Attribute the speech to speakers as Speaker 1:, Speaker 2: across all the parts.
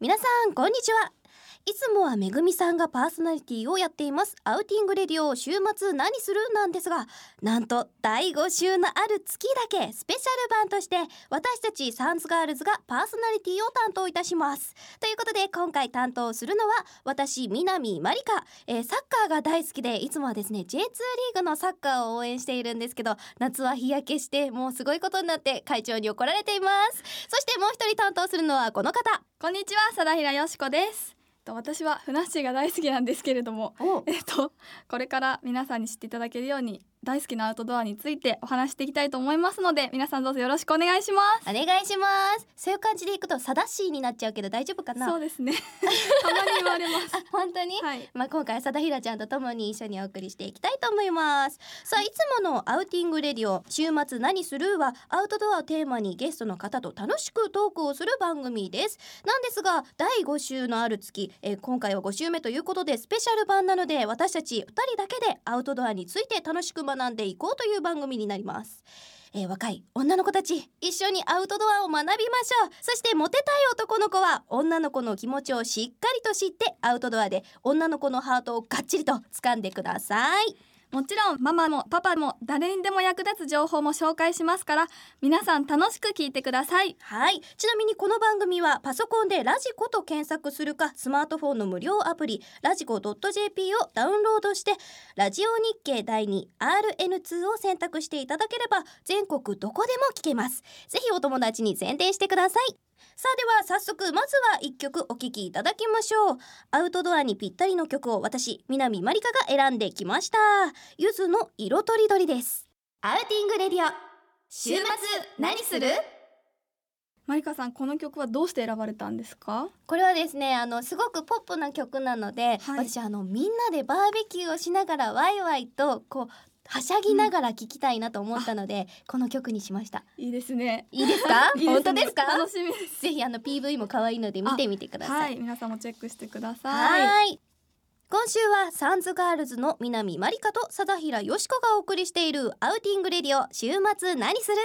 Speaker 1: 皆さんこんにちはいつもはめぐみさんがパーソナリティをやっていますアウティングレディオ週末何するなんですがなんと第5週のある月だけスペシャル版として私たちサンズガールズがパーソナリティを担当いたしますということで今回担当するのは私南まりか、えーサッカーが大好きでいつもはですね J2 リーグのサッカーを応援しているんですけど夏は日焼けしてもうすごいことになって会長に怒られていますそしてもう一人担当するのはこの方
Speaker 2: こんにちは、貞平よしこです。えっと私はふなっしーが大好きなんですけれども、 えっとこれから皆さんに知っていただけるように大好きなアウトドアについてお話していきたいと思いますので、皆さんどうぞよろしくお願いしま
Speaker 1: お願いしますそういう感じでいくとサダシーになっちゃうけど大丈夫か
Speaker 2: す。
Speaker 1: な
Speaker 2: そうですね。 たまに言われます。
Speaker 1: あ本当に、
Speaker 2: はい。
Speaker 1: まあ、今回貞平ちゃんと共に一緒にお送りしていきたいと思いますさあいつもの「アウティングレディオ週末何する?」はアウトドアをテーマにゲストの方と楽しくトークをする番組ですなんですが第5週のある月、えー今回は5週目ということでスペシャル版なので私たち2人だけでアウトドアについて楽しく学んでいこうという番組になりますえー若い女の子たち一緒にアウトドアを学びましょうそしてモテたい男の子は女の子の気持ちをしっかりと知ってアウトドアで女の子のハートをがっちりと掴んでください
Speaker 2: もちろんママもパパも誰にでも役立つ情報も紹介しますから、皆さん楽しく聞いてください。
Speaker 1: はいちなみにこの番組はパソコンで「ラジコ」と検索するかスマートフォンの無料アプリ「ラジコ .jp」をダウンロードして「ラジオ日経第 2RN2」を選択していただければ全国どこでも聞けますぜひお友達に宣伝してくださいさあでは早速まずは1曲お聴きいただきましょうアウトドアにぴったりの曲を私南まりかが選んできましたゆずの色とりどりですアウティングレディオ週末何する
Speaker 2: マリカさん、この曲はどうして選ばれたんですか？
Speaker 1: これはですねあのすごくポップな曲なので、
Speaker 2: はい
Speaker 1: 私あのみんなでバーベキューをしながらワイワイとこうはしゃぎながら聴きたいなと思ったので、この曲にしま した
Speaker 2: いいですね。
Speaker 1: いいですか
Speaker 2: いいね
Speaker 1: 本当ですか
Speaker 2: 楽しみです。
Speaker 1: ぜひあの PV も可愛いので見てみてくださ
Speaker 2: はいい、皆さんもチェックしてください。
Speaker 1: はい今週はサンズガールズの南まりかと佐平よしこがお送りしているアウティングレディオ週末何する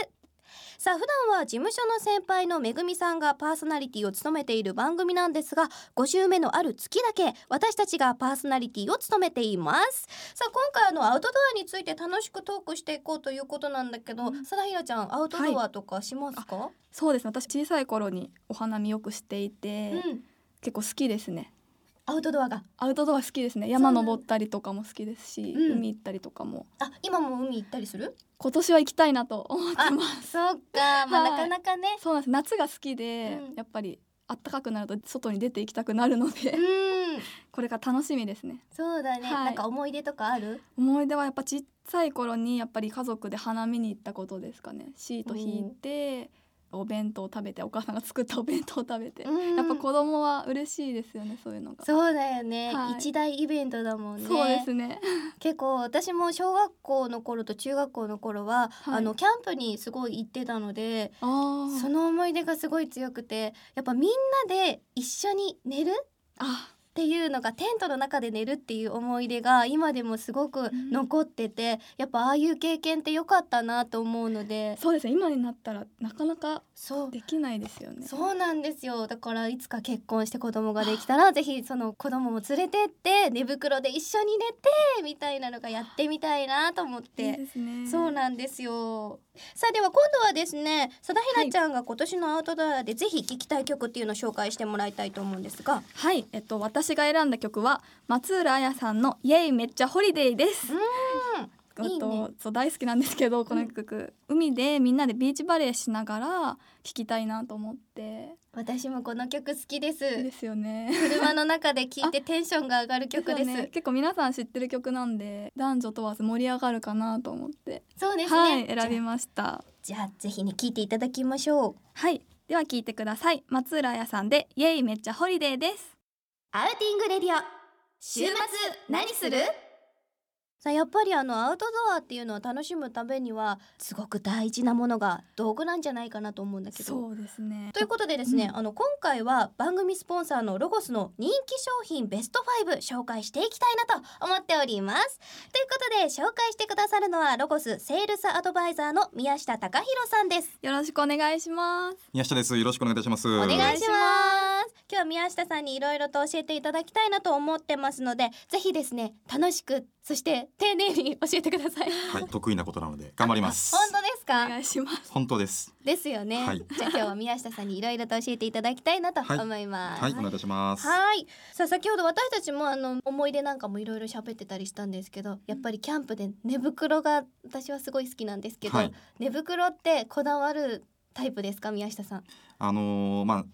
Speaker 1: さあ普段は事務所の先輩のめぐみさんがパーソナリティを務めている番組なんですが5週目のある月だけ私たちがパーソナリティを務めていますさあ今回あのアウトドアについて楽しくトークしていこうということなんだけど、
Speaker 2: うん
Speaker 1: 佐平ちゃんアウトドアとかしますか、
Speaker 2: そうですね私小さい頃にお花見よくしていて、
Speaker 1: うん
Speaker 2: 結構好きですね
Speaker 1: アウトドアが
Speaker 2: アウトドア好きですね
Speaker 1: な
Speaker 2: 山
Speaker 1: んだ
Speaker 2: 登ったりとかも好きですし、
Speaker 1: うん
Speaker 2: 海行ったりとかも
Speaker 1: あ今も海行ったりする
Speaker 2: 今年は行きたいなと思ってま
Speaker 1: そうか、まあ、
Speaker 2: はい
Speaker 1: なかなかね。
Speaker 2: すそうなんです夏が好きで、
Speaker 1: うん
Speaker 2: やっぱり暖かくなると外に出て行きたくなるので、
Speaker 1: うん、
Speaker 2: これが楽しみですね
Speaker 1: そうだね、
Speaker 2: はい
Speaker 1: なんか思い出とかある。
Speaker 2: 思い出はやっぱ小さい頃にやっぱり家族で花見に行ったことですかねシート引いてお弁当を食べてお母さんが作ったお弁当を食べて、
Speaker 1: うん
Speaker 2: やっぱ子供は嬉しいですよねそういうのが
Speaker 1: そうだよね、
Speaker 2: はい
Speaker 1: 一大イベントだもんね。
Speaker 2: そうで すね
Speaker 1: 結構私も小学校の頃と中学校の頃は、
Speaker 2: はい
Speaker 1: あのキャンプにすごい行ってたので。
Speaker 2: あー
Speaker 1: その思い出がすごい強くて、やっぱみんなで一緒に寝る。
Speaker 2: あ
Speaker 1: っていうのがテントの中で寝るっていう思い出が今でもすごく残ってて、やっぱああいう経験って良かったなと思うので
Speaker 2: そうですね今になったらなかなか
Speaker 1: そう
Speaker 2: できないですよね
Speaker 1: そうなんですよだからいつか結婚して子供ができたらぜひその子供も連れてって寝袋で一緒に寝てみたいなのがやってみたいなと思っ
Speaker 2: いい
Speaker 1: て。
Speaker 2: ですね
Speaker 1: そうなんですよさあでは今度はですね貞平ちゃんが今年のアウトドアでぜひ聴きたい曲っていうのを紹介してもらいたいと思うんですが、
Speaker 2: はいえっと私が選んだ曲は松浦彩さんのイエイめっちゃホリデーです
Speaker 1: うんいいね
Speaker 2: あとそう大好きなんですけどこの曲、海でみんなでビーチバレーしながら聴きたいなと思って
Speaker 1: 私もこの曲好きで
Speaker 2: いい
Speaker 1: す
Speaker 2: ですよね
Speaker 1: 車の中で聴いてテンションが上がる曲です
Speaker 2: よね 結構皆さん知ってる曲なんで男女問わず盛り上がるかなと思って、
Speaker 1: そうですね、
Speaker 2: はい選
Speaker 1: じ
Speaker 2: び
Speaker 1: ゃあ
Speaker 2: ました
Speaker 1: じゃあぜひね聴いていただきましょう
Speaker 2: はい、では聞いてください。松浦彩さんで、イエイめっちゃホリデーです。
Speaker 1: アウティングレディオ
Speaker 2: 週末何する
Speaker 1: さあやっぱりあのアウトドアっていうのを楽しむためにはすごく大事なものが道具なんじゃないかなと思うんだけど。
Speaker 2: うですね
Speaker 1: ということでですね、
Speaker 2: う
Speaker 1: あの今回は番組スポンサーのロゴスの人気商品ベスト5紹介していきたいなと思っております。ということで紹介してくださるのはロゴスセールスアドバイザーの宮下隆弘さんです。
Speaker 2: よろしくお願いします。
Speaker 3: 宮下です。よろしくお願いいたします。
Speaker 1: お願いします。ます今日は宮下さんにいろいろと教えていただきたいなと思ってますのでぜひですね楽しくそして丁寧に教えてください
Speaker 3: はい、得意なことなので頑張ります
Speaker 1: 本。当です
Speaker 2: お
Speaker 1: か
Speaker 2: 願いします。
Speaker 3: 本当です。
Speaker 1: ですよね、
Speaker 3: はい
Speaker 1: じゃあ今日は宮下さんにいろいろと教えていただきたいなと
Speaker 3: はい
Speaker 1: 思います、
Speaker 3: はい、お願いいたします。
Speaker 1: はいさあ先ほど私たちもあの思い出なんかもいろいろ喋ってたりしたんですけどやっぱりキャンプで寝袋が私はすごい好きなんですけど、
Speaker 3: はい
Speaker 1: 寝袋ってこだわるタイプですか宮下さん
Speaker 3: あのーまあ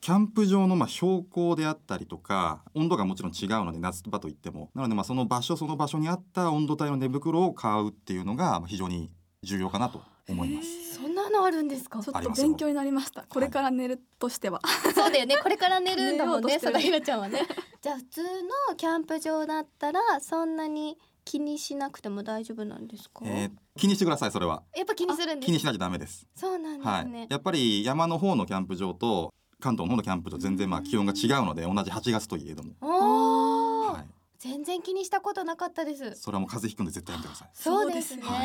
Speaker 3: キャンプ場のまあ標高であったりとか温度がもちろん違うので夏場といってもなのでまあその場所その場所にあった温度帯の寝袋を買うっていうのがまあ非常に重要かなと思います。
Speaker 1: そんなのあるんですか
Speaker 2: ち
Speaker 1: そ
Speaker 2: ょっ
Speaker 3: あり
Speaker 2: と
Speaker 3: ますよ
Speaker 2: 勉強になりました。これから寝るとしては。
Speaker 1: うだよねこれから寝るんだもんね
Speaker 2: 寝ようとして
Speaker 1: 佐賀ひ
Speaker 2: る
Speaker 1: らちゃんはねじゃあ普通のキャンプ場だったらそんなに気にしなくても大丈夫なんですか、
Speaker 3: えー気にしてくださいそれは
Speaker 1: やっぱ気にするんで
Speaker 3: 気に
Speaker 1: す
Speaker 3: しなきゃダメです。
Speaker 1: そうなんです
Speaker 3: はい
Speaker 1: ね、、
Speaker 3: やっぱり山の方のキャンプ場と関東の方のキャンプ場全然まあ気温が違うので同じ8月といえども、
Speaker 1: おお、
Speaker 3: はい、
Speaker 1: 全然気にしたことなかったです
Speaker 3: それはもう風邪ひくんで絶対やめてください。
Speaker 1: そうですね。
Speaker 3: は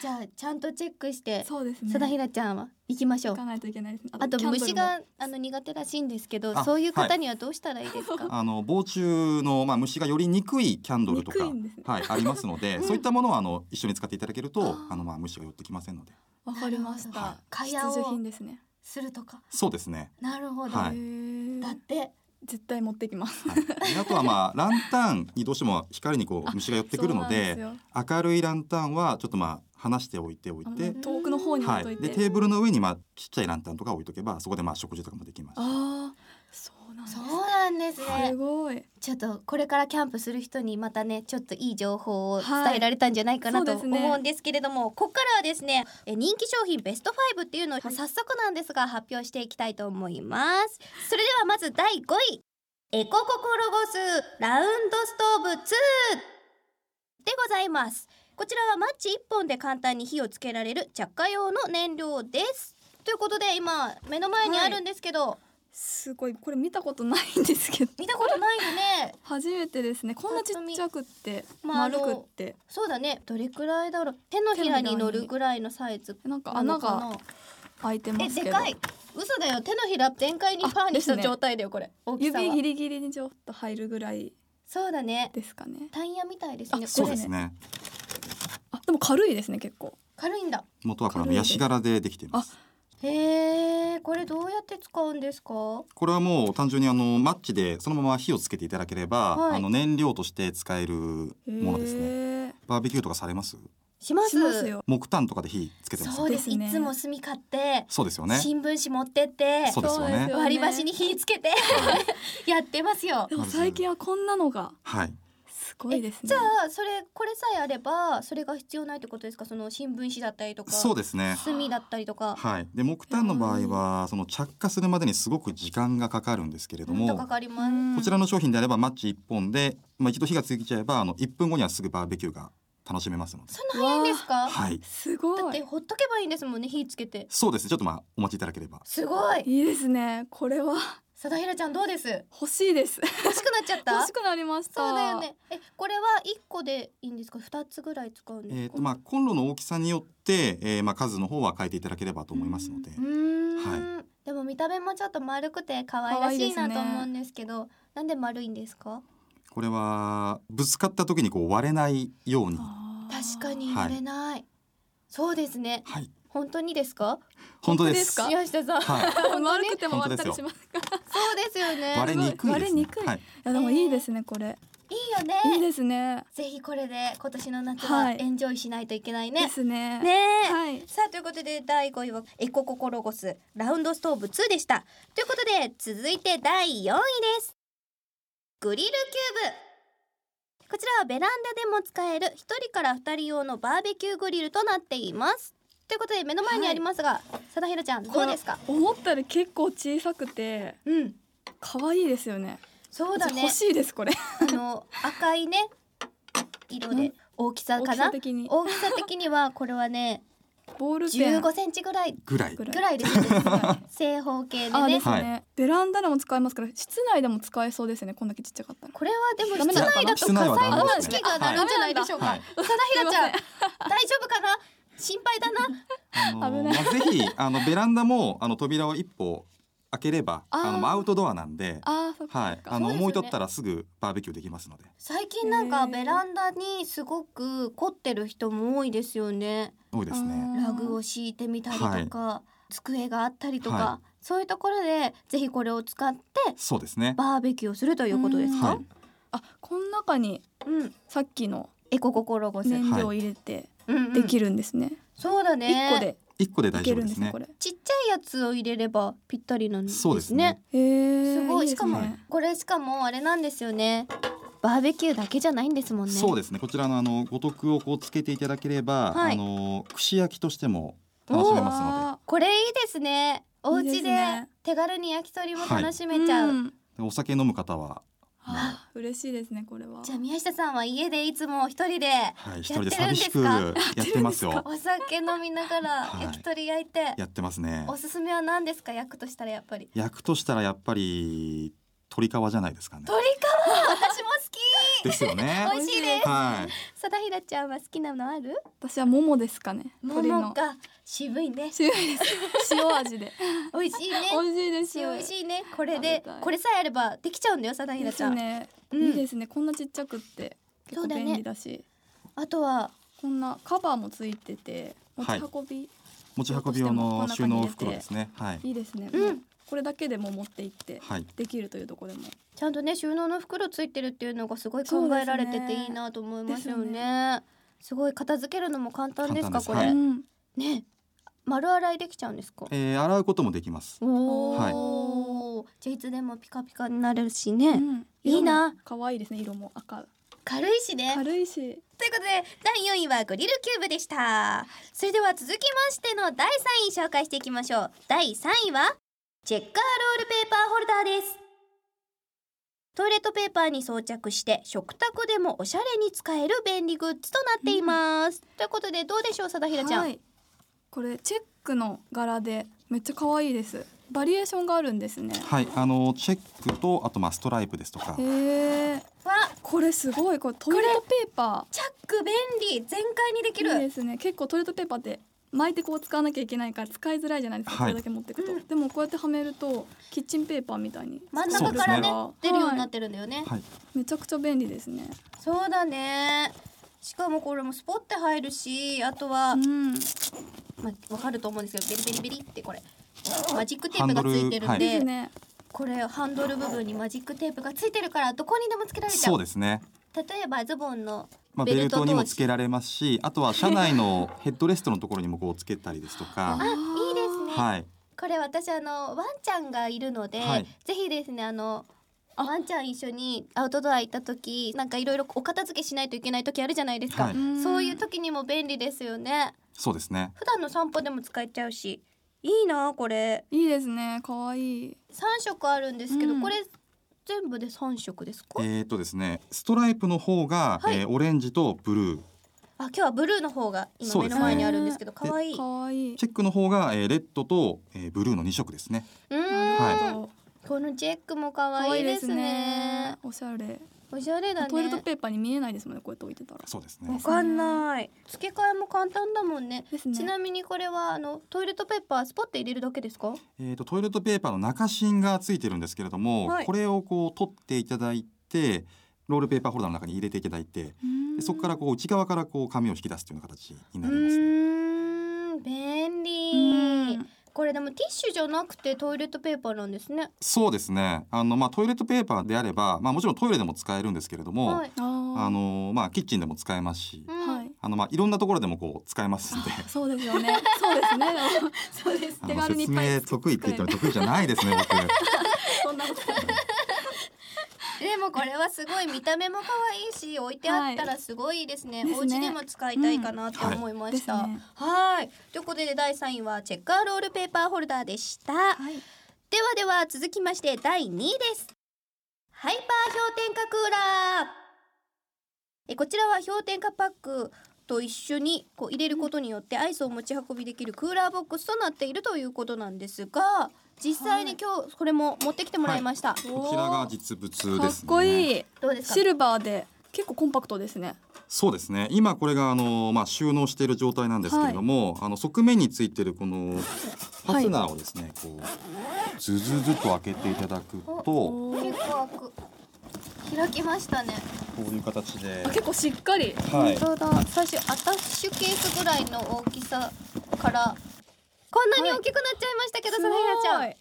Speaker 1: じゃあちゃんとチェックして、
Speaker 2: そうですね。
Speaker 1: 佐田ひらちゃんは行きましょ
Speaker 2: 行
Speaker 1: う
Speaker 2: か。ないといけないですね。
Speaker 1: あと
Speaker 2: キャンドルも
Speaker 1: 虫があの苦手らしいんですけど、
Speaker 3: あ
Speaker 1: そういう方にはどうしたらいいですか。
Speaker 3: あの防虫のまあ虫がよりにくいキャンドルと
Speaker 2: に
Speaker 3: か
Speaker 2: くいんですね
Speaker 3: はいありますので、
Speaker 1: うん
Speaker 3: そういったものはあの一緒に使っていただけると
Speaker 1: あー
Speaker 3: あのまあ虫が寄ってきませんので
Speaker 2: わかりまし
Speaker 1: なるほ
Speaker 2: た
Speaker 1: ど。蚊
Speaker 2: 必
Speaker 1: 帳を
Speaker 2: 需品ですね。
Speaker 1: するとか。
Speaker 3: そうですね。
Speaker 1: なるほど。
Speaker 3: はい
Speaker 2: へー
Speaker 1: だって
Speaker 2: 絶対持ってきます。
Speaker 3: はい、あとはまあランタンにどうしても光にこう虫が寄ってくるので
Speaker 2: そうなんす
Speaker 3: 明るいランタンはちょっとまあ離しておいておい
Speaker 2: よ
Speaker 3: て
Speaker 2: あの、遠くの方に置
Speaker 3: はい
Speaker 2: と
Speaker 3: い、
Speaker 2: い
Speaker 3: で
Speaker 2: て。
Speaker 3: テーブルの上にまあちっちゃいランタンとか置いとけばそこでまあ食事とかもできます。
Speaker 2: ああ、そうなんです
Speaker 1: そう
Speaker 2: ね。
Speaker 1: なんです
Speaker 2: す
Speaker 1: ね。
Speaker 2: ごい。
Speaker 1: ちょっとこれからキャンプする人にまたねちょっといい情報を
Speaker 2: はい
Speaker 1: 伝えられたんじゃないかなと
Speaker 2: そうですね
Speaker 1: 思うんですけれども、ここからはですねえ人気商品ベスト5っていうのを早速なんですが発表していきたいと思いますそれではまず第5位エコココロゴスラウンドストーブ2でございますこちらはマッチ1本で簡単に火をつけられる着火用の燃料ですということで今目の前にあるんですけど、
Speaker 2: すごい。これ見たことないんですけど。
Speaker 1: 見たことないよね
Speaker 2: 初めてですね。こんなちっちゃくって、
Speaker 1: まあ
Speaker 2: 丸くって、
Speaker 1: そうだねどれくらいだろう手のひらに乗るぐらいのサイズ
Speaker 2: なんか
Speaker 1: なの
Speaker 2: 穴
Speaker 1: か
Speaker 2: が
Speaker 1: な
Speaker 2: 開いてま
Speaker 1: え
Speaker 2: すけど。
Speaker 1: でかい嘘だよ手のひら全開にパーにした
Speaker 2: あですね
Speaker 1: 状態だよこれ大きさは
Speaker 2: 指ギリギリにちょっと入るぐらい
Speaker 1: そうだね
Speaker 2: ですかね。
Speaker 1: タイヤみたいですね
Speaker 2: あ
Speaker 3: そうで
Speaker 1: こ
Speaker 3: す
Speaker 1: れ
Speaker 3: ね。
Speaker 2: あ、でも軽いですね。結構。
Speaker 1: 軽いんだ
Speaker 3: 元はこれあのヤシ柄でできています。
Speaker 1: へえこれどうやって使うんですか
Speaker 3: これはもう単純にあのマッチでそのまま火をつけていただければ、
Speaker 1: はい
Speaker 3: あの燃料として使えるものですね。
Speaker 2: ね。
Speaker 3: バーベキューとかされます？
Speaker 1: します
Speaker 2: しますよ。
Speaker 3: 木炭とかで火つけてます
Speaker 1: そうです
Speaker 2: ですね
Speaker 1: いつも炭買って、
Speaker 3: そうですよね。
Speaker 1: 新聞紙持ってって
Speaker 3: そうですよね
Speaker 2: そう
Speaker 1: 割り箸に火つけて やってますよ
Speaker 2: でも最近はこんなのが
Speaker 3: はい。
Speaker 2: すごいですね。
Speaker 1: じゃあそれこれさえあればそれが必要ないってことですかその新聞紙だったりとか
Speaker 3: そうですね。
Speaker 1: 炭だったりとか
Speaker 3: はい。で木炭の場合はその着火するまでにすごく時間がかかるんですけれど
Speaker 1: うんと
Speaker 3: も、
Speaker 1: か
Speaker 3: こ
Speaker 1: かります
Speaker 3: ちらの商品であればマッチ一本で、まあ一度火がついちゃえばあの一分後にはすぐバーベキューが楽しめますので、
Speaker 1: そんな早いんですか
Speaker 3: はい。
Speaker 2: すごい
Speaker 1: だってほっとけばいいんですもんね火つけて
Speaker 3: そうですね。ちょっとまあお待ちいただければ。
Speaker 1: すごい
Speaker 2: いいですね。これは
Speaker 1: 佐田ひらちゃんどうです
Speaker 2: 欲しいです。
Speaker 1: 欲しくなっちゃった
Speaker 2: 欲しくなりました。
Speaker 1: そうだよ。ねえこれは一個でいいんですか二つぐらい使うんですか
Speaker 3: えーとまあコンロの大きさによって、えーまあ数の方は変えていただければと思いますので
Speaker 1: う、ーん、でも見た目もちょっと丸くて可愛らしいなと思うんですけどなんで丸いんですか
Speaker 3: これはぶつかった時にこう割れないように、
Speaker 1: 確かに
Speaker 3: はい
Speaker 1: 割れない、そうですね
Speaker 3: はい。
Speaker 1: 本当にですか
Speaker 3: 本当です。
Speaker 2: 本当で
Speaker 1: 宮下さん、
Speaker 3: は い。
Speaker 2: 丸くても割ったりしますか。
Speaker 1: そうですよ ね
Speaker 3: 割れにくいです、ね。
Speaker 2: 割れにくい
Speaker 3: はい。
Speaker 2: いやでもいいですねこれ。
Speaker 1: いいよね
Speaker 2: いいですね。
Speaker 1: ぜひこれで今年の夏
Speaker 2: は
Speaker 1: はいエンジョイしないといけないね、
Speaker 2: ですね。
Speaker 1: ねえ、
Speaker 2: はい。
Speaker 1: さあということで第5位はエコココロゴスラウンドストーブ2でしたということで続いて第4位ですグリルキューブこちらはベランダでも使える1人から2人用のバーベキューグリルとなっていますということで目の前にありますが、佐田ひらちゃんどうですか
Speaker 2: これ思ったより結構小さくて
Speaker 1: うん
Speaker 2: 可愛いですよね。
Speaker 1: そうだね
Speaker 2: 欲しいですこれ。
Speaker 1: あの赤いね色で大きさ
Speaker 2: 大
Speaker 1: か
Speaker 2: き
Speaker 1: な
Speaker 2: さ的に
Speaker 1: 大きさ的にはこれはね
Speaker 2: ボールペン
Speaker 1: 15センチぐらい
Speaker 3: ぐらい
Speaker 2: ぐ。らい
Speaker 1: ぐらいですね 正方形で
Speaker 2: あ
Speaker 1: ね
Speaker 2: ですね、
Speaker 3: は
Speaker 2: ベランダでも使えますから室内でも使えそうですねこんだけちっちゃかったら
Speaker 1: これはでも
Speaker 2: ダメ
Speaker 1: 室
Speaker 2: なの
Speaker 1: 内だと火災
Speaker 2: かな
Speaker 3: 室内はダメ
Speaker 1: 報
Speaker 3: で
Speaker 1: 知
Speaker 3: す
Speaker 1: 器
Speaker 3: ね
Speaker 1: が鳴るんじゃないでしょうか、
Speaker 3: はい
Speaker 1: 佐田ひらちゃん大丈夫かな心配だな
Speaker 3: あの
Speaker 2: 危ない
Speaker 3: まあぜひあのベランダもあの扉を一歩開ければ
Speaker 2: あー
Speaker 3: あのまあアウトドアなんで、
Speaker 2: あーそっか
Speaker 3: はい、あ
Speaker 1: そ
Speaker 3: の
Speaker 1: うですよね
Speaker 3: 思いとったらすぐバーベキューできますので
Speaker 1: 最近なんか
Speaker 2: へー
Speaker 1: ベランダにすごく凝ってる人も多いですよね。
Speaker 3: 多いですね。
Speaker 1: ラグを敷いてみたりとか、机があったりとか、
Speaker 3: は
Speaker 1: そういうところでぜひこれを使って
Speaker 3: そうですね。
Speaker 1: バーベキューをするということです
Speaker 3: は
Speaker 1: か
Speaker 3: い。、
Speaker 2: あこの中に
Speaker 1: うん、
Speaker 2: さっきの
Speaker 1: エコ心ごせ、
Speaker 2: 燃料を入れて
Speaker 1: うんうん
Speaker 2: できるんですね。
Speaker 1: そうだ
Speaker 2: 一、
Speaker 1: ね。
Speaker 2: 個で
Speaker 3: 一個で
Speaker 2: い
Speaker 3: 大丈
Speaker 2: け
Speaker 3: 夫
Speaker 2: るんです
Speaker 3: で
Speaker 2: すね
Speaker 3: ね
Speaker 2: こ。れ。
Speaker 1: ちっちゃいやつを入れればぴったりなんですね。
Speaker 3: そうですね。
Speaker 2: へえ
Speaker 1: すごいしかも、
Speaker 3: はい
Speaker 1: これしかもあれなんですよね。バーベキューだけじゃないんですもんね。
Speaker 3: そうですね。こちらのあのご徳をこうつけていただければ、
Speaker 1: はい
Speaker 3: あの串焼きとしても楽しめますので。
Speaker 1: これいいですね。お
Speaker 2: いいで
Speaker 1: 家
Speaker 2: す
Speaker 1: で
Speaker 2: ね
Speaker 1: 手軽に焼き鳥も楽し
Speaker 2: め
Speaker 1: めちゃう。
Speaker 2: ん、
Speaker 3: お酒飲む方は、
Speaker 2: あー嬉しいですねこれは。
Speaker 1: じゃあ宮下さんは家でいつも一人で
Speaker 3: はい、一
Speaker 1: やって
Speaker 3: 人
Speaker 1: るんで
Speaker 3: で寂
Speaker 1: す
Speaker 3: し
Speaker 1: か
Speaker 3: くやってます よ。
Speaker 1: お酒飲みながら
Speaker 3: はい
Speaker 1: 焼き鳥焼いて、
Speaker 3: やってますね
Speaker 1: お。すすめは何ですか焼くとしたらやっぱり
Speaker 3: 焼くとしたらやっぱり鶏皮じゃないですかね。
Speaker 1: 鶏皮私も
Speaker 3: ですよね
Speaker 1: 好。 き美味しいです
Speaker 3: はい。
Speaker 1: さだひらちゃんは好きなのある
Speaker 2: 私は桃ですかね。
Speaker 1: 桃
Speaker 2: 鳥の。
Speaker 1: が渋いね
Speaker 2: 強い です。塩味で。
Speaker 1: 美味しいね
Speaker 2: 美味しいです。
Speaker 1: 美味しいねこれで
Speaker 2: 食べたい
Speaker 1: これさえあればできちゃうんだよさだひ
Speaker 2: で
Speaker 1: らち
Speaker 2: す
Speaker 1: ゃん、
Speaker 2: ね。
Speaker 1: うん
Speaker 2: いいですね。こんなちっちゃくって結
Speaker 1: そう
Speaker 2: 構
Speaker 1: だね
Speaker 2: 便利だし、
Speaker 1: あとは
Speaker 2: こんなカバーもついてて持
Speaker 3: はい
Speaker 2: ち運び、
Speaker 3: 持ち運び用の収納袋ですね。はい。
Speaker 2: い、いですね。
Speaker 1: うん
Speaker 2: もこれだけでも持って行って
Speaker 3: はい。
Speaker 2: できるというところでも。
Speaker 1: ちゃんとね収納の袋ついてるっていうのがすごい
Speaker 2: そ
Speaker 1: 考
Speaker 2: うですね
Speaker 1: えられてていいなと思いますよねす
Speaker 2: です
Speaker 1: ごい片付けるのも簡単ですか
Speaker 3: 簡単です
Speaker 1: これ、
Speaker 3: はい
Speaker 2: うん
Speaker 1: ね丸洗いできちゃうんですか
Speaker 3: えー洗うこともできます。
Speaker 1: お
Speaker 3: はい
Speaker 1: お、じゃあいつでもピカピカになれるしね、
Speaker 2: うん
Speaker 1: いいな。
Speaker 2: 色も可愛いですね。色も赤。
Speaker 1: 軽いしね
Speaker 2: 軽いし。
Speaker 1: ということで第4位はグリルキューブでしたそれでは続きましての第3位紹介していきましょう第3位はチェッカーロールペーパーホルダーですトイレットペーパーに装着して食卓でもおしゃれに使える便利グッズとなっています、ということでどうでしょう佐田ひらちゃん、
Speaker 2: はい、これチェックの柄でめっちゃ可愛いですバリエーションがあるんですね
Speaker 3: はい。あのチェックとあとまあストライプですとか
Speaker 2: へ。え
Speaker 1: わ
Speaker 2: これすごいこれトイレットペーパ
Speaker 1: チャック便利全開にできる
Speaker 2: ーいいですね結構トイレットペーパーって巻いてこう使わなきゃいけないから使いづらいじゃないですか、
Speaker 3: はい
Speaker 2: これだけ持ってくと、
Speaker 1: うん
Speaker 2: でもこうやってはめるとキッチンペーパーみたいに
Speaker 1: 真ん
Speaker 3: そ
Speaker 1: 中
Speaker 3: うで
Speaker 1: か
Speaker 3: す
Speaker 1: ら
Speaker 3: ね
Speaker 1: ね出るようにな
Speaker 2: は
Speaker 1: ってるんだよね、
Speaker 3: はい。
Speaker 2: いめちゃくちゃ便利ですね
Speaker 1: そうだねしかもこれもスポって入るしあとは、
Speaker 2: うん
Speaker 1: まあ、わかると思うんですけどベリベリベリってこれマジックテープがついてる
Speaker 3: ハ
Speaker 1: ん
Speaker 3: ンドル
Speaker 1: で
Speaker 2: ですね
Speaker 1: これハンドル部分にマジックテープがついてるからどこにでもつけられちゃ
Speaker 3: そう
Speaker 1: う
Speaker 3: ですね。
Speaker 1: 例えばズボンの
Speaker 3: まあ、
Speaker 1: ベ
Speaker 3: ベ
Speaker 1: ル
Speaker 3: ル
Speaker 1: ト
Speaker 3: ト
Speaker 1: 同士
Speaker 3: にもつけられますしあとは車内のヘッドレストのところにもこうつけたりですとか
Speaker 1: あいいですね
Speaker 3: はい
Speaker 1: これ私あのワンちゃんがいるので、
Speaker 3: はい
Speaker 1: ぜひですねあの
Speaker 2: あ
Speaker 1: ワンちゃん一緒にアウトドア行った時なんかいろいろお片付けしないといけない時あるじゃないですか、
Speaker 3: はい
Speaker 2: ん
Speaker 1: そういう時にも便利ですよね
Speaker 3: そうですね
Speaker 1: 普段の散歩でも使えちゃうしいいなこれ
Speaker 2: いいですね可愛い
Speaker 1: 三色あるんですけど、
Speaker 2: うん
Speaker 1: これ全部で三色ですか、
Speaker 3: えっ、とですねストライプの方が、
Speaker 1: はい
Speaker 3: えーオレンジとブルー
Speaker 1: あ今日はブルーの方が今
Speaker 3: そう
Speaker 1: 目
Speaker 3: です
Speaker 1: の
Speaker 3: ね
Speaker 1: 前にあるんですけど可愛いいう
Speaker 2: 可愛い
Speaker 3: チェックの方が、えーレッドと、えーブルーの2色ですね
Speaker 1: ーん、
Speaker 3: は
Speaker 2: そう
Speaker 1: このチェックも可
Speaker 2: 可
Speaker 1: 愛
Speaker 2: 愛
Speaker 1: い
Speaker 2: い
Speaker 1: で
Speaker 2: ですす
Speaker 1: ね
Speaker 2: ねおしゃれ
Speaker 1: おしゃれだね
Speaker 2: トイレットペーパーに見えないですもんねこうやって置いてたら
Speaker 3: そうです
Speaker 2: わ
Speaker 3: ね
Speaker 1: わかんない付け替えも簡単だもんね
Speaker 2: ですね
Speaker 1: ちなみにこれはあのトイレットペーパースポッて入れるだけですか
Speaker 3: えーとトイレットペーパーの中芯がついてるんですけれども、
Speaker 1: はい
Speaker 3: これをこう取っていただいてロールペーパーホルダーの中に入れていただいてでそこからこう内側からこう紙を引き出すというような形に
Speaker 1: う
Speaker 3: なります、
Speaker 1: ーん便
Speaker 2: う
Speaker 1: 利
Speaker 2: ん
Speaker 1: これでもティッシュじゃなくてトイレットペーパーなんですね
Speaker 3: そうですねあの、まあ、トイレットペーパーであれば、まあ、もちろんトイレでも使えるんですけれども、
Speaker 1: はい、
Speaker 2: あ
Speaker 3: あ
Speaker 2: の
Speaker 3: のまあ、キッチンでも使えますし、
Speaker 1: うん
Speaker 2: はい
Speaker 3: あのまあ、いろんなところでもこう使えますんで。
Speaker 2: そうですよねそうですね そうです
Speaker 3: あ
Speaker 2: 手
Speaker 3: の
Speaker 2: 軽にい
Speaker 3: 説
Speaker 2: っぱい
Speaker 3: 明
Speaker 2: 作
Speaker 3: 得意って言ったら得意じゃないです ね僕
Speaker 2: そんなこと
Speaker 1: でもこれはすごい見た目も可愛いし置いてあったらすごいですね、
Speaker 2: はい
Speaker 1: お家でも使いたいかなって思いました、
Speaker 2: うんはいですね
Speaker 1: はいということで第3位はチェッカーロールペーパーホルダーでした、
Speaker 2: はい
Speaker 1: ではでは続きまして第2位ですハイパー氷点下クーラーえこちらは氷点下パックと一緒にこう入れることによってアイスを持ち運びできるクーラーボックスとなっているということなんですが実際に今日これも持ってきてもらいました、
Speaker 2: い
Speaker 3: こちらが実物ですね
Speaker 2: かっこいい
Speaker 1: どうですか
Speaker 2: シルバーで結構コンパクトですね
Speaker 3: そうですね今これがあの、まあ、収納している状態なんですけれども、あの側面についてるこのファスナーをですね、こうズズズと開けていただくとこ
Speaker 1: 結構開く開きましたね
Speaker 3: ういう形で
Speaker 2: あ、結構しっかり
Speaker 3: はい、
Speaker 1: 本当だ最初アタッシュケースぐらいの大きさからこんなに大きくなっちゃいましたけど、さなひらちゃん
Speaker 2: すごい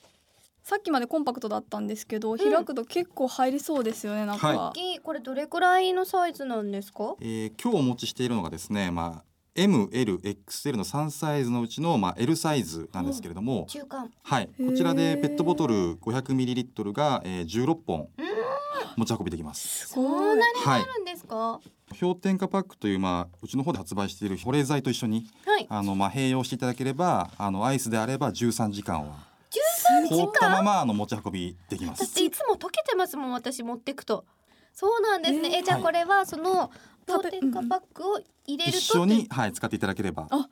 Speaker 2: さっきまでコンパクトだったんですけど、開くと結構入りそうですよね中
Speaker 3: は
Speaker 1: 大きいこれどれくらいのサイズなんですか
Speaker 3: えー今日お持ちしているのがですね、まあ、MLXL の3サイズのうちの、まあ、L サイズなんですけれども、
Speaker 1: 中間
Speaker 3: はい、
Speaker 2: へー
Speaker 3: こちらでペットボトル 500ml が、えー、16本持ち運びできま
Speaker 2: す
Speaker 3: す。
Speaker 1: そ
Speaker 2: ご
Speaker 1: ん
Speaker 2: い
Speaker 1: なに
Speaker 3: は
Speaker 1: ないるんですかは
Speaker 3: 氷点下パックという、まあ、うちの方で発売している保冷剤と一緒に
Speaker 1: い
Speaker 3: あの、まあ、併用していただければあのアイスであれば13時間は
Speaker 1: 13時
Speaker 3: 凍ったま
Speaker 1: 間
Speaker 3: まあの持ち運びできま
Speaker 1: だっ
Speaker 3: す。
Speaker 1: ていつも溶けてますもん私持ってくとそうなんですね、
Speaker 2: ね
Speaker 1: えじゃあ
Speaker 3: はい
Speaker 1: これはその
Speaker 2: 食
Speaker 1: 氷
Speaker 2: べ
Speaker 1: 点下パックを入れると
Speaker 3: 一緒
Speaker 1: って
Speaker 3: に、はい、使っていただければ
Speaker 2: あ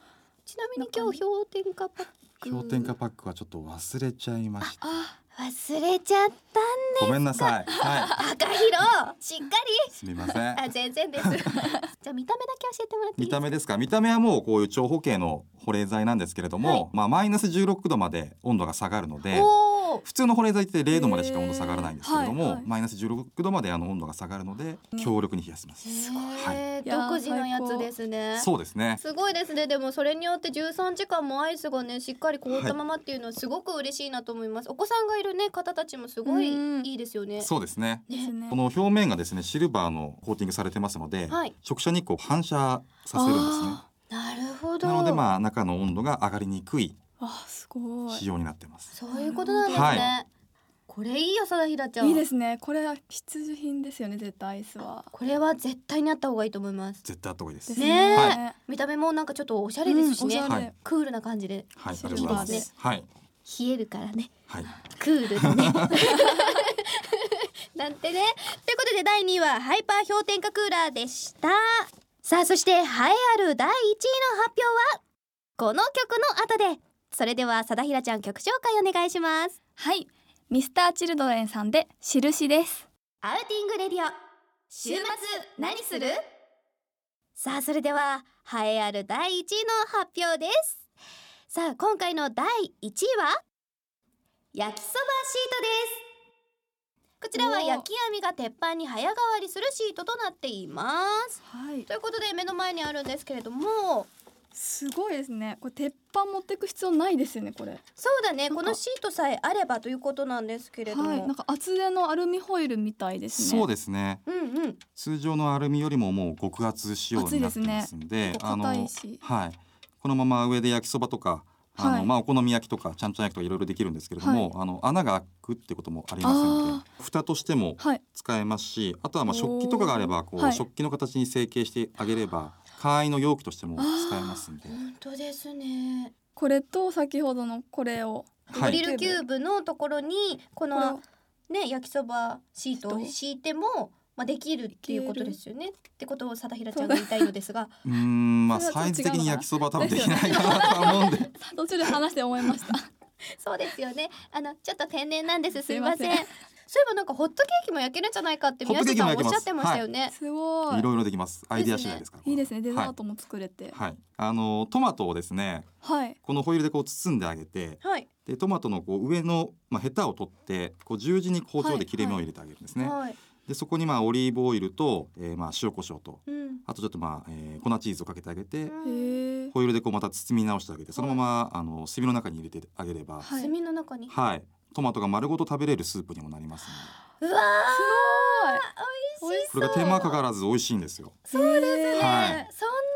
Speaker 1: ちなみに今日氷点下パック
Speaker 3: 氷点下パックはちょっと忘れちゃいました。
Speaker 2: あ
Speaker 1: 忘れちゃった
Speaker 3: ごめんなさい。は
Speaker 1: 赤ひろしっか
Speaker 3: い、すみません
Speaker 1: り。あ全然 ですじゃあ見た目だけ教えてもらっていいです
Speaker 3: 見た
Speaker 1: か
Speaker 3: 目ですか見た目はもうこういう長方形の保冷剤なんですけれども、
Speaker 1: はい
Speaker 3: まあマイナス16度まで温度が下がるので
Speaker 1: おお
Speaker 3: 普通の保冷剤って0度までしか温度下がらないんですけれども、
Speaker 2: へーはいはい
Speaker 3: マイナス16度まであの温度が下がるので
Speaker 2: うん
Speaker 3: 強力に冷やせます、
Speaker 1: へえ
Speaker 2: いやー
Speaker 1: 独自のやつですね
Speaker 3: そうですね
Speaker 1: すごいですねでもそれによって13時間もアイスがねしっかり凍ったままっていうのはすごく嬉しいなと思います、お子さんがいるね方たちもすご
Speaker 2: う
Speaker 1: い
Speaker 2: ん
Speaker 1: いいですよね
Speaker 3: そうですね
Speaker 2: ーですね
Speaker 3: この表面がですねシルバーのコーティングされてますので、
Speaker 1: はい
Speaker 3: 直射日光を反射させるんですね
Speaker 2: あ
Speaker 1: なるほど
Speaker 3: なのでまあ中の温度が上がりにく
Speaker 2: ー
Speaker 3: い
Speaker 2: あーすご
Speaker 3: 仕
Speaker 2: い
Speaker 3: 様になってます
Speaker 1: そういうことなんですね、
Speaker 3: は
Speaker 1: これいいよさだひらちゃん
Speaker 2: いいですねこれは必需品ですよね絶対アイスは
Speaker 1: これは絶対にあった方がいいと思います
Speaker 3: 絶対あった方がいいです
Speaker 2: です
Speaker 1: ねえ
Speaker 3: は
Speaker 1: 見た目もなんかちょっとおしゃれですしね、
Speaker 2: うんおしゃれ
Speaker 1: クールな感じで
Speaker 3: はいあり
Speaker 2: シ
Speaker 3: がと
Speaker 2: ルバー
Speaker 3: うございます
Speaker 1: です
Speaker 3: はい
Speaker 1: 冷えるからね
Speaker 3: はい
Speaker 1: クールでね。 なんてね。ということで第2位はハイパー氷点下クーラーでした。さあそして栄えある第1位の発表はこの曲の後で。それではさだひらちゃん曲紹介お願いします。
Speaker 2: はいミスターチルドレンさんで印です
Speaker 1: アウティングレディオ週末何するさあそれでは栄えある第1位の発表ですさあ今回の第1位は焼きそばシートですこちらは
Speaker 2: おー
Speaker 1: 焼き網が鉄板に早変わりするシートとなっています
Speaker 2: はい
Speaker 1: ということで目の前にあるんですけれども
Speaker 2: すごいですねこれ鉄板持ってく必要ないですよねこれ
Speaker 1: そうだね
Speaker 2: なん
Speaker 1: こ
Speaker 2: か
Speaker 1: のシートさえあればということなんですけれども、
Speaker 2: はいなんか厚手のアルミホイルみたいですね
Speaker 3: そうですね
Speaker 1: うんうん
Speaker 3: 通常のアルミよりももう極厚仕様になってますん
Speaker 2: 厚
Speaker 3: で
Speaker 2: いですね結構
Speaker 3: あの
Speaker 2: 硬いし
Speaker 3: はい、このまま上で焼きそばとかあの、
Speaker 2: はい
Speaker 3: まあ、お好み焼きとかちゃんちゃん焼きとかいろいろできるんですけれども、あの穴が開くってこともありませんので蓋としても
Speaker 2: はい
Speaker 3: 使えますしあとはまあ
Speaker 2: おー
Speaker 3: 食器とかがあればこう、
Speaker 2: はい
Speaker 3: 食器の形に成形してあげれば簡易の容器としても使えますんで。
Speaker 1: 本当ですね
Speaker 2: これと先ほどのこれを
Speaker 1: ド
Speaker 3: は
Speaker 1: リ
Speaker 3: い、
Speaker 1: ルキューブのところにこ
Speaker 2: これ
Speaker 1: の
Speaker 2: を
Speaker 1: ね、焼きそばシートを
Speaker 2: シート
Speaker 1: 敷いても、まあ、できるっていうことですよね。ってことをさだひらちゃんが言いたいのですが、
Speaker 3: うーんまあ
Speaker 2: それは
Speaker 3: サ
Speaker 2: ちょ
Speaker 3: イ
Speaker 2: っと
Speaker 3: ズ
Speaker 2: 違うのかな
Speaker 3: 的に焼きそばは多分できないかなとは思 うんで
Speaker 2: 途中で話して思いました
Speaker 1: そうですよね。あのちょっと天然なんです。すいません。
Speaker 2: すいま
Speaker 1: そういえばなんかホットケーキも焼けるんじゃないかって
Speaker 3: ホッ
Speaker 1: 宮
Speaker 3: トケ
Speaker 1: 下
Speaker 3: ーキ
Speaker 1: さん
Speaker 3: も
Speaker 1: お
Speaker 3: 焼けま
Speaker 1: っしゃってまし
Speaker 3: す
Speaker 1: たよね。
Speaker 2: すごい
Speaker 3: いろいろできますアイデア次第ですから
Speaker 2: いいですねデザ
Speaker 3: は
Speaker 2: ー
Speaker 3: い
Speaker 2: トも作れて
Speaker 3: はい、あのトマトをですね
Speaker 2: はい
Speaker 3: このホイールでこう包んであげて
Speaker 1: はい、
Speaker 3: でトマトのこう上の、まあ、ヘタを取ってこう十字に包丁
Speaker 2: はい
Speaker 3: で切れ目を入れてあげるんですね。
Speaker 1: はい、
Speaker 3: でそこにまあオリーブオイルと、えー、まあ塩コショウと
Speaker 1: うん。
Speaker 3: あとちょっとまあ、えー粉チーズをかけてあげ
Speaker 1: う
Speaker 3: て、
Speaker 1: ん
Speaker 2: へえ
Speaker 3: ホイールでこうまた包み直してあげてそのままあの炭の中に入れてあげれば、はい
Speaker 2: はい
Speaker 1: 炭の中に。
Speaker 3: トマトが丸ごと食べれるスープにもなりますの
Speaker 1: うわー
Speaker 2: すごい美味し
Speaker 3: でこれが手間かからず美味しいんですよ。
Speaker 2: そうです
Speaker 1: ね、
Speaker 3: はい
Speaker 1: そんな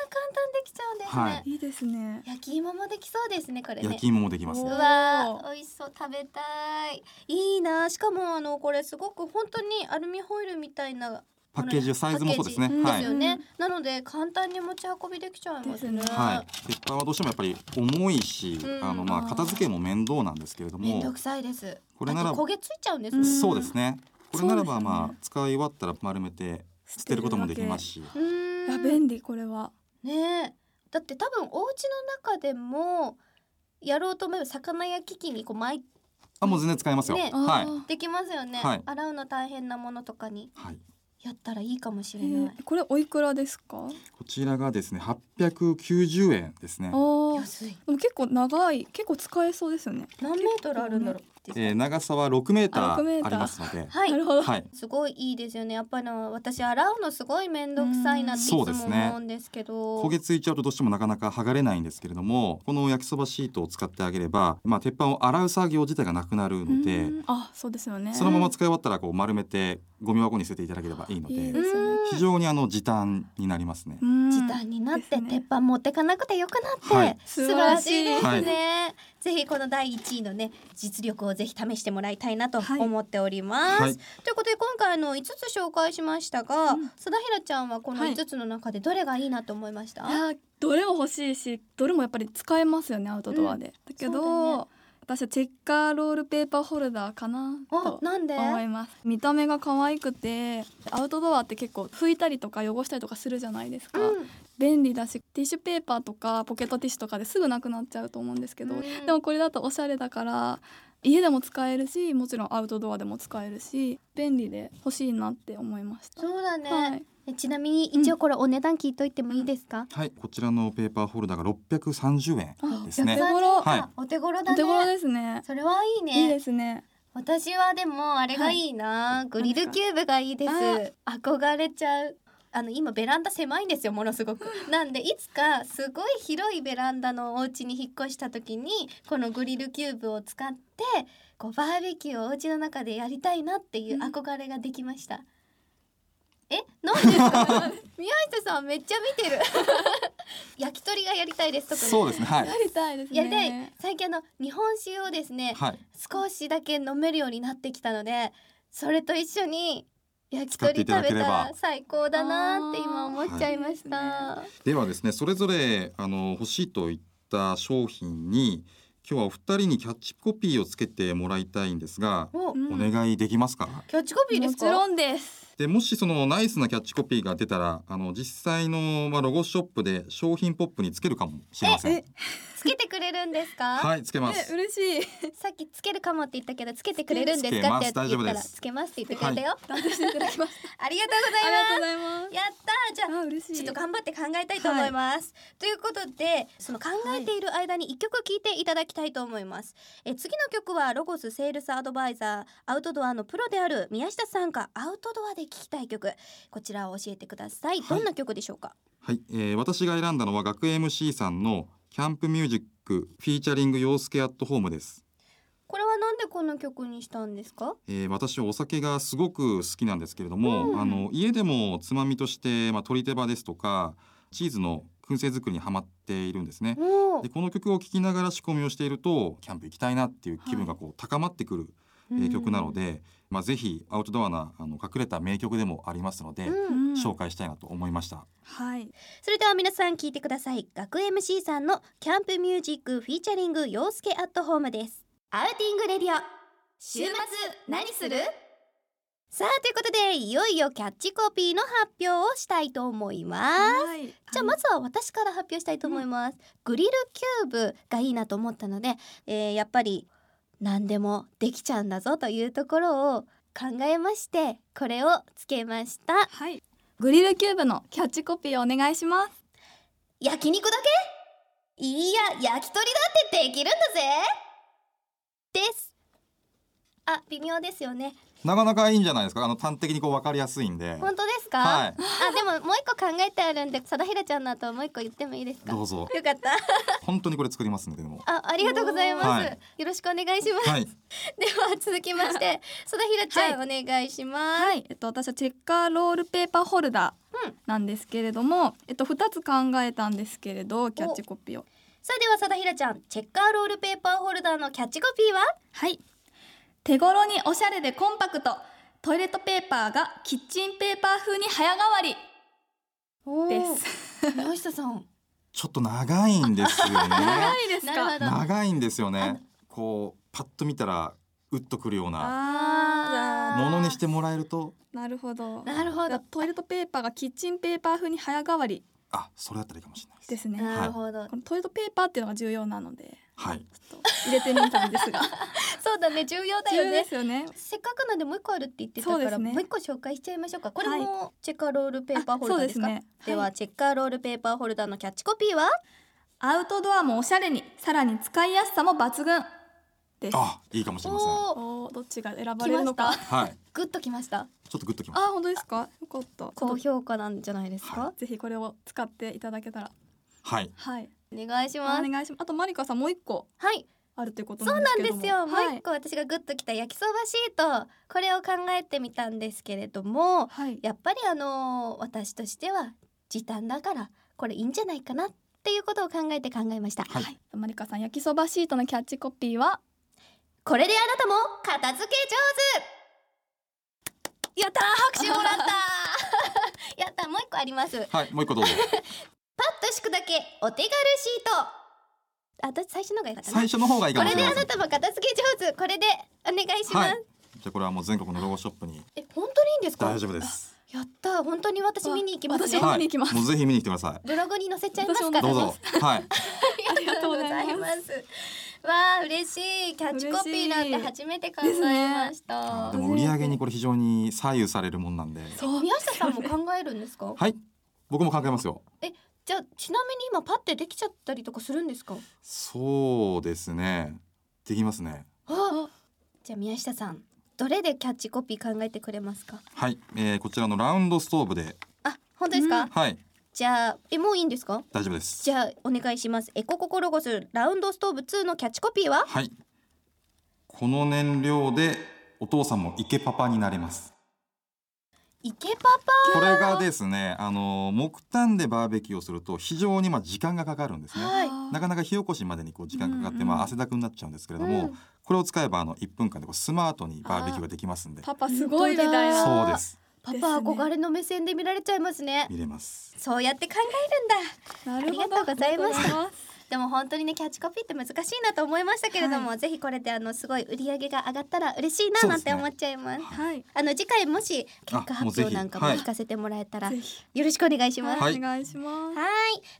Speaker 1: 簡単できちゃうんですね。
Speaker 3: はい
Speaker 2: いいですね
Speaker 1: 焼き芋もできそうですね。これね。
Speaker 3: 焼き芋もできます
Speaker 1: う
Speaker 3: ね
Speaker 2: お。
Speaker 1: わ
Speaker 2: お
Speaker 1: ー美味しそう食べたいいいなしかもあのこれすごく本当にアルミホイルみたいな
Speaker 3: パッケージサイズもそうですね。
Speaker 2: パッケージ
Speaker 1: で
Speaker 3: は
Speaker 1: す
Speaker 3: い
Speaker 1: よね、なので簡単に持ち運びできちゃいますね
Speaker 2: ですね
Speaker 3: はい、鉄板はどうしてもやっぱり重いし、
Speaker 1: うん
Speaker 3: あのまあ
Speaker 2: あー
Speaker 3: 片付けも面倒なんですけれど
Speaker 1: めんど
Speaker 3: も
Speaker 1: くさいです
Speaker 3: これな
Speaker 1: だ
Speaker 3: ら
Speaker 1: って焦げついちゃうんですも
Speaker 2: うん
Speaker 1: ん
Speaker 3: そうですね。これなら
Speaker 2: そう
Speaker 3: ば、
Speaker 2: ですよね
Speaker 3: まあ使い終わったら丸めて捨てることもできますし、
Speaker 1: うーん
Speaker 2: いや便利これは
Speaker 1: ねえだって多分お家の中でもやろうと思えば魚焼き器にこう巻いて
Speaker 3: あもう全然使えますよ。
Speaker 1: ね
Speaker 3: はい
Speaker 2: あ
Speaker 1: できますよね、
Speaker 3: はい
Speaker 1: 洗うの大変なものとかに
Speaker 3: はい。
Speaker 1: やったらいいかもし
Speaker 2: え
Speaker 1: れない。
Speaker 2: ーこれおいくらですか？
Speaker 3: こちらがですね890円ですね
Speaker 2: あ。あ、
Speaker 1: 安い。
Speaker 2: でも結構長い、結構使えそうですよね。
Speaker 1: 何メートルあるんだろう。
Speaker 3: えー長さは6メータ
Speaker 2: あ6メータ
Speaker 3: ー
Speaker 2: ー
Speaker 3: ありますので、
Speaker 1: はい
Speaker 2: な。るほど。
Speaker 3: はい、
Speaker 1: すごいいいですよね。やっぱりあの私洗うのすごい面倒くさいなっていつも
Speaker 3: うんそうですね
Speaker 1: 思うんですけど。
Speaker 3: 焦げついちゃうとどうしてもなかなか剥がれないんですけれどもこの焼きそばシートを使ってあげれば、まあ、鉄板を洗う作業自体がなくなるので
Speaker 2: うんあ、そうですよね。
Speaker 3: そのまま使い終わったらこう丸めてゴミ箱に捨てていただければいいの
Speaker 2: いい
Speaker 3: で
Speaker 2: ですよね。
Speaker 3: 非常にあの時短になりますね。
Speaker 2: うん
Speaker 1: 時短になって
Speaker 2: ですね
Speaker 1: 鉄板持ってかなくてよくなって、
Speaker 3: はい
Speaker 1: 素晴らしいですね、
Speaker 3: はい
Speaker 1: ぜひこの第1位のね実力をぜひ試してもらいたいなと
Speaker 2: はい
Speaker 1: 思っております、
Speaker 3: はい
Speaker 1: ということで今回あの5つ紹介しましたが、
Speaker 2: うん
Speaker 1: 須田平ちゃんはこの
Speaker 2: はい
Speaker 1: 5つの中でどれがいいなと思いました、
Speaker 2: いやどれも欲しいしどれもやっぱり使えますよねアウトドアで、だけ
Speaker 1: そうだ
Speaker 2: ど
Speaker 1: ね
Speaker 2: 私はチェッカーロールペーパーホルダーかな
Speaker 1: あ
Speaker 2: と
Speaker 1: なんで
Speaker 2: 思います見た目が可愛くてアウトドアって結構拭いたりとか汚したりとかするじゃないですか、
Speaker 1: うん
Speaker 2: 便利だしティッシュペーパーとかポケットティッシュとかですぐなくなっちゃうと思うんですけど、
Speaker 1: うん
Speaker 2: でもこれだとおしゃれだから家でも使えるしもちろんアウトドアでも使えるし便利で欲しいなって思いました。
Speaker 1: そうだね、
Speaker 2: はい
Speaker 1: えちなみに一応これお値段聞いといてもいいですか、
Speaker 3: はい、こちらのペーパーホルダーが630円
Speaker 2: あ
Speaker 3: ですね
Speaker 2: お手頃
Speaker 1: 130
Speaker 3: はい
Speaker 1: お手頃だね
Speaker 2: お手頃ですね。
Speaker 1: それはいいね
Speaker 2: いいですね。
Speaker 1: 私はでもあれがいいな、グリルキューブがいいです憧れちゃうあの今ベランダ狭いんですよものすご くなんでいつかすごい広いベランダのお家に引っ越した時にこのグリルキューブを使ってこうバーベキューをお家の中でやりたいなっていう憧れができま した、えなんですか 宮下さんめっちゃ見 てる焼き鳥がやりたいです特に
Speaker 3: そうですねはい
Speaker 2: や、りたいですね。
Speaker 1: やりたい最近あの日本酒をですね、
Speaker 3: はい、
Speaker 1: 少しだけ飲めるようになってきたのでそれと一緒に焼き鳥食べ
Speaker 3: 使ってい
Speaker 1: た
Speaker 3: ただけれ
Speaker 1: ら
Speaker 3: ば
Speaker 1: 最高だなって今思っちゃいました、
Speaker 2: あ
Speaker 3: ではですねそれぞれあの欲しいといった商品に今日はお二人にキャッチコピーをつけてもらいたいんですが、
Speaker 1: お
Speaker 2: うん
Speaker 3: お願いできますか
Speaker 1: キャッチコピーで
Speaker 2: も
Speaker 1: す
Speaker 2: ち
Speaker 1: か
Speaker 2: ろんです。
Speaker 3: でもしそのナイスなキャッチコピーが出たらあの実際の、まあ、ロゴショップで商品ポップにつけるかもしれません
Speaker 2: え
Speaker 1: つけてくれるんですか、
Speaker 3: はいつけま
Speaker 2: え
Speaker 3: す
Speaker 2: 嬉しい。
Speaker 1: さっきつけるかもって言ったけどつけてくれるんですかって言
Speaker 3: つけます
Speaker 1: った
Speaker 3: 大丈夫
Speaker 1: ら
Speaker 3: です
Speaker 1: つけますって言ってくれたよ、
Speaker 2: 担当していただきました。
Speaker 1: ありがとうご
Speaker 2: あ
Speaker 1: ざ
Speaker 2: り
Speaker 1: い
Speaker 2: がとう
Speaker 1: ま
Speaker 2: ございます
Speaker 1: やったーじゃあ
Speaker 2: す。あ嬉しい。
Speaker 1: ちょっと頑張って考えたいと思います。ということでその考えている間に一曲聴いていただきたいと思います。え次の曲はロゴスセールスアドバイザーアウトドアのプロである宮下さんがアウトドアで聴きたい曲こちらを教えてください。
Speaker 3: い
Speaker 1: どんな曲でしょうか、
Speaker 3: はい、えー私が選んだのは学園 MC さんのキャンプミュージックフィーチャリング洋介アットホームです、
Speaker 1: これはなんでこの曲にしたんですか
Speaker 3: えー私はお酒がすごく好きなんですけれども、
Speaker 2: うん
Speaker 3: あの家でもつまみとして、まあ、鶏手羽ですとかチーズの燻製作りにハマっているんですね
Speaker 1: お
Speaker 3: でこの曲を聴きながら仕込みをしているとキャンプ行きたいなっていう気分がこう高まってくるえー曲なの、で、まあ、ぜひアウトドアなあの隠れた名曲でもありますので、
Speaker 1: うん
Speaker 2: う
Speaker 1: うん
Speaker 2: ん
Speaker 3: 紹介したいなと思いました。
Speaker 2: はい。
Speaker 1: それでは皆さん聴いてください学 MC さんのキャンプミュージックフィーチャリング陽介アットホームですアウティングレディオ週末何するさあということでいよいよキャッチコピーの発表をしたいと思います
Speaker 2: はい。
Speaker 1: じゃあまずは私から発表したいと思います、グリルキューブがいいなと思ったので、えーやっぱり何でもできちゃうんだぞというところを考えましてこれをつけました
Speaker 2: はい。グリルキューブのキャッチコピーをお願いします。
Speaker 1: 焼肉だけいや焼き鳥だってできるんだぜですあ微妙ですよね
Speaker 3: なかなかいいんじゃないですか。あの端的にこうわかりやすいんで。
Speaker 1: 本当ですか、
Speaker 3: はい。
Speaker 1: あでももう一個考えてあるんで佐田ひらちゃんの後もう一個言ってもいいですか
Speaker 3: ど
Speaker 1: よ
Speaker 3: うぞ。
Speaker 1: かった
Speaker 3: 本当にこれ作りますのででも。
Speaker 1: あありがとうございます、
Speaker 3: はい
Speaker 1: よろしくお願いします、
Speaker 3: はい。
Speaker 1: では続きまして佐田ひらちゃん、お願いします、
Speaker 2: はい、えっと、私はチェッカーロールペーパーホルダーなんですけれども、えっと、2つ考えたんですけれどキャッチコピーを
Speaker 1: さあでは佐田ひらちゃんチェッカーロールペーパーホルダーのキャッチコピーは
Speaker 2: はい手頃におしゃれでコンパクトトイレットペーパーがキッチンペーパー風に早変わりで
Speaker 1: です
Speaker 2: す
Speaker 1: 宮下さん
Speaker 3: ちょっと長いんですよね。
Speaker 2: いいです
Speaker 1: なるほ
Speaker 2: か
Speaker 1: ど
Speaker 3: 長いんですよね。こうパッと見たらうっとくるような
Speaker 1: あー
Speaker 3: ものにしてもらえると、
Speaker 2: なるほど
Speaker 1: なるほど
Speaker 2: トイレットペーパーがキッチンペーパー風に早変わり
Speaker 3: あ、それだったらいいかもしれないです。
Speaker 2: ですね
Speaker 1: なるほど、
Speaker 2: このトイレットペーパーっていうのが重要なので
Speaker 3: はい
Speaker 2: ちょっと入れてみたんですが
Speaker 1: そう だね重要だ
Speaker 2: 重
Speaker 1: よ
Speaker 2: 要で
Speaker 1: ね
Speaker 2: すよね
Speaker 1: せっかくなんでもう一個あるって言ってた
Speaker 2: そう
Speaker 1: か
Speaker 2: で
Speaker 1: ら、
Speaker 2: すね
Speaker 1: もう一個紹介しちゃいましょうかこれ
Speaker 2: はい
Speaker 1: もチェッカーロールペーパーホルダーですか
Speaker 2: あ
Speaker 1: で
Speaker 2: そうですね
Speaker 1: は、チェッカーロールペーパーホルダーのキャッチコピーは
Speaker 2: アウトドアもおしゃれにさらに使いやすさも抜群です
Speaker 3: あいいかもしれません
Speaker 1: おー
Speaker 2: おーどっちが選ば
Speaker 1: 来
Speaker 2: れる
Speaker 1: ま
Speaker 2: の
Speaker 1: し
Speaker 2: か
Speaker 1: た
Speaker 3: はい
Speaker 1: グッときました
Speaker 3: ちょっとグッときま
Speaker 2: あ
Speaker 3: す
Speaker 2: ー本当ですかよかった
Speaker 1: 高評価なんじゃないですか、
Speaker 3: は
Speaker 2: ぜひこれを使っていただけたら
Speaker 3: はい
Speaker 2: はい
Speaker 1: お願いし
Speaker 2: お
Speaker 1: ます
Speaker 2: 願いしますあとマリカさんもう一個
Speaker 1: はい
Speaker 2: あるということ
Speaker 1: そう
Speaker 2: なん
Speaker 1: なん
Speaker 2: ですけ
Speaker 1: で
Speaker 2: ども
Speaker 1: すよ、
Speaker 2: は
Speaker 1: もう一
Speaker 2: い
Speaker 1: 個私がグッときた焼きそばシートこれを考えてみたんですけれども
Speaker 2: はい
Speaker 1: やっぱりあのー私としては時短だからこれいいんじゃないかなっていうことを考えて考えました、
Speaker 3: はい
Speaker 2: はいマリカさん焼きそばシートのキャッチコピーは
Speaker 1: これであなたも片付け上手やったー拍手もらったー やったーもう一個ありますパッ
Speaker 3: はいもう一個どうぞ
Speaker 1: と敷くだけお手軽シートあ私最初のが良かったな
Speaker 3: 最初の方がいいか
Speaker 1: これ
Speaker 3: もしれ
Speaker 1: であ
Speaker 3: ませ
Speaker 1: なんたも片付け上手これでお願いします、
Speaker 3: はいじゃあこれはもう全国のロゴショップに
Speaker 1: え本当にいいんですか
Speaker 3: 大丈夫です
Speaker 1: やったー本当に私見に行きますね
Speaker 2: 私
Speaker 3: は
Speaker 2: 見に行きます
Speaker 3: もうぜひ見に来てください
Speaker 1: ブログに載せちゃいますから
Speaker 3: どうぞはい
Speaker 1: ありがとうございます。わあ嬉しいキャッチコピーなんて初めて考えました。
Speaker 3: でも売り上げにこれ非常に左右されるもんなんで
Speaker 2: そう
Speaker 1: 宮下さんも考えるんですか？
Speaker 3: はい僕も考えますよ
Speaker 1: じゃあちなみに今パってできちゃったりとかするんですか？
Speaker 3: そうですねできますね
Speaker 1: あ、じゃあ宮下さんどれでキャッチコピー考えてくれますか？
Speaker 3: はい、えー、こちらのラウンドストーブで
Speaker 1: あ本当ですか？
Speaker 2: うん
Speaker 3: はい
Speaker 1: じゃあえもういいんですか？
Speaker 3: 大丈夫です
Speaker 1: じゃあお願いします。エコココロゴスラウンドストーブ2のキャッチコピーは？
Speaker 3: はいこの燃料でお父さんもイケパパになれます
Speaker 1: イケパ
Speaker 3: これがですねあの木炭でバーベキューをすると非常にまあ時間がかかるんですね、
Speaker 1: は
Speaker 2: はいい
Speaker 3: なかなか火起こしまでにこう時間かかって、
Speaker 2: うんうん
Speaker 3: まあ、汗だくになっちゃうんですけれども、
Speaker 1: うん
Speaker 3: これを使えばあの1分間でこうスマートにバーベキューができますんで
Speaker 2: パパすごいみたい
Speaker 1: パ
Speaker 2: な
Speaker 3: そうです
Speaker 1: パパ憧れの目線で見られちゃいますね。
Speaker 3: 見れます
Speaker 1: そうやって考えるんだ。
Speaker 2: な
Speaker 1: ありがとうございました
Speaker 2: ありがとうございます
Speaker 1: でも本当にねキャッチコピーって難しいなと思いましたけれども、ぜひこれであのすごい売り上げが上がったら嬉しいな
Speaker 3: そう
Speaker 1: なん
Speaker 3: です
Speaker 1: て
Speaker 3: ね
Speaker 1: 思っちゃいます。
Speaker 2: はい
Speaker 1: あの次回もし結果
Speaker 3: あもう
Speaker 1: 発
Speaker 3: ぜひ
Speaker 1: 表なんかも
Speaker 3: はい
Speaker 1: 聞かせてもらえたら
Speaker 2: ぜ
Speaker 1: よ
Speaker 2: ひ
Speaker 1: ろしくお願いします。は
Speaker 2: はいい
Speaker 3: はい
Speaker 2: お願いします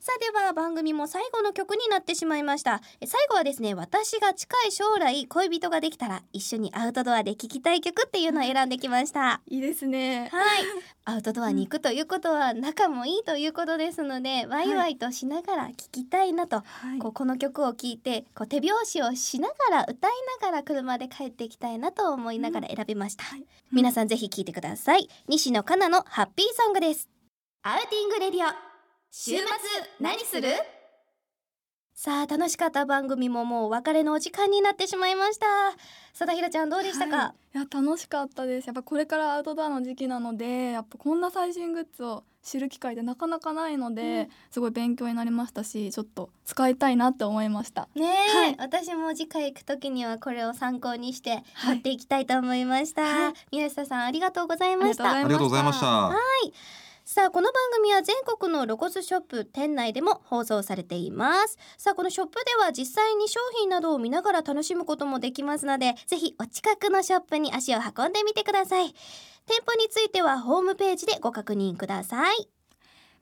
Speaker 1: さあでは番組も最後の曲になってしまいましたえ最後はですね私が近い将来恋人ができたら一緒にアウトドアで聴きたい曲っていうのを選んできました
Speaker 2: いいですね
Speaker 1: はい、アウトドアに行くということは仲もいいということですので、ワイワイとしながら聴きたいなと
Speaker 2: はい
Speaker 1: こうこの曲を聴いてこう手拍子をしながら歌いながら車で帰っていきたいなと思いながら選びました、皆さんぜひ聴いてください西野カナのハッピーソングですアウティングレディオ週末何するさあ楽しかった番組ももうお別れのお時間になってしまいました佐田ひろちゃんどうでしたか、
Speaker 2: はい、いや楽しかったですやっぱこれからアウトドアの時期なのでやっぱこんな最新グッズを知る機会でなかなかないので、すごい勉強になりましたしちょっと使いたいなって思いました
Speaker 1: ねえ、
Speaker 2: はい
Speaker 1: 私も次回行くときにはこれを参考にして
Speaker 2: はい
Speaker 1: 持っていきたいと思いました、
Speaker 2: はい
Speaker 1: 宮下さんありがとうございました
Speaker 3: ありがとうございました
Speaker 1: さあこの番組は全国のロゴスショップ店内でも放送されていますさあこのショップでは実際に商品などを見ながら楽しむこともできますのでぜひお近くのショップに足を運んでみてください店舗についてはホームページでご確認ください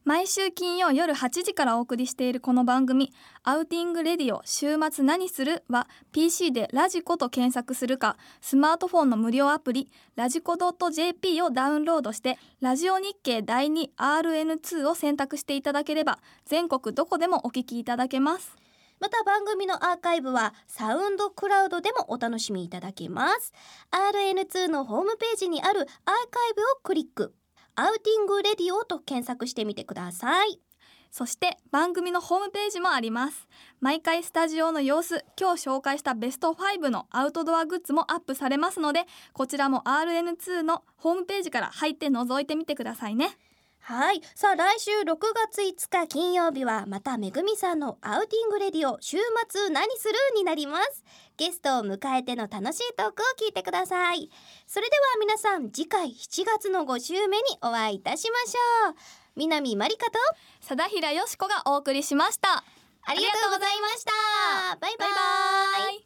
Speaker 2: 毎週金曜夜8時からお送りしているこの番組「アウティングレディオ週末何する?」は PC で「ラジコ」と検索するかスマートフォンの無料アプリ「ラジコ .jp」をダウンロードして「ラジオ日経第 2RN2」を選択していただければ全国どこでもお聞きいただけます。
Speaker 1: また番組のアーカイブはサウンドクラウドでもお楽しみいただけます RN2 のホームページにあるアーカイブをクリックアウティングレディオと検索してみてください
Speaker 2: そして番組のホームページもあります毎回スタジオの様子今日紹介したベスト5のアウトドアグッズもアップされますのでこちらも RN2 のホームページから入って覗いてみてくださいね
Speaker 1: はいさあ来週6月5日金曜日はまためぐみさんのアウティングレディオ週末何するになりますゲストを迎えての楽しいトークを聞いてくださいそれでは皆さん次回7月の5週目にお会いいたしましょう南まりかと
Speaker 2: 佐田平よしこがお送りしました
Speaker 1: ありがとうございましたバイバイ
Speaker 2: バイバイ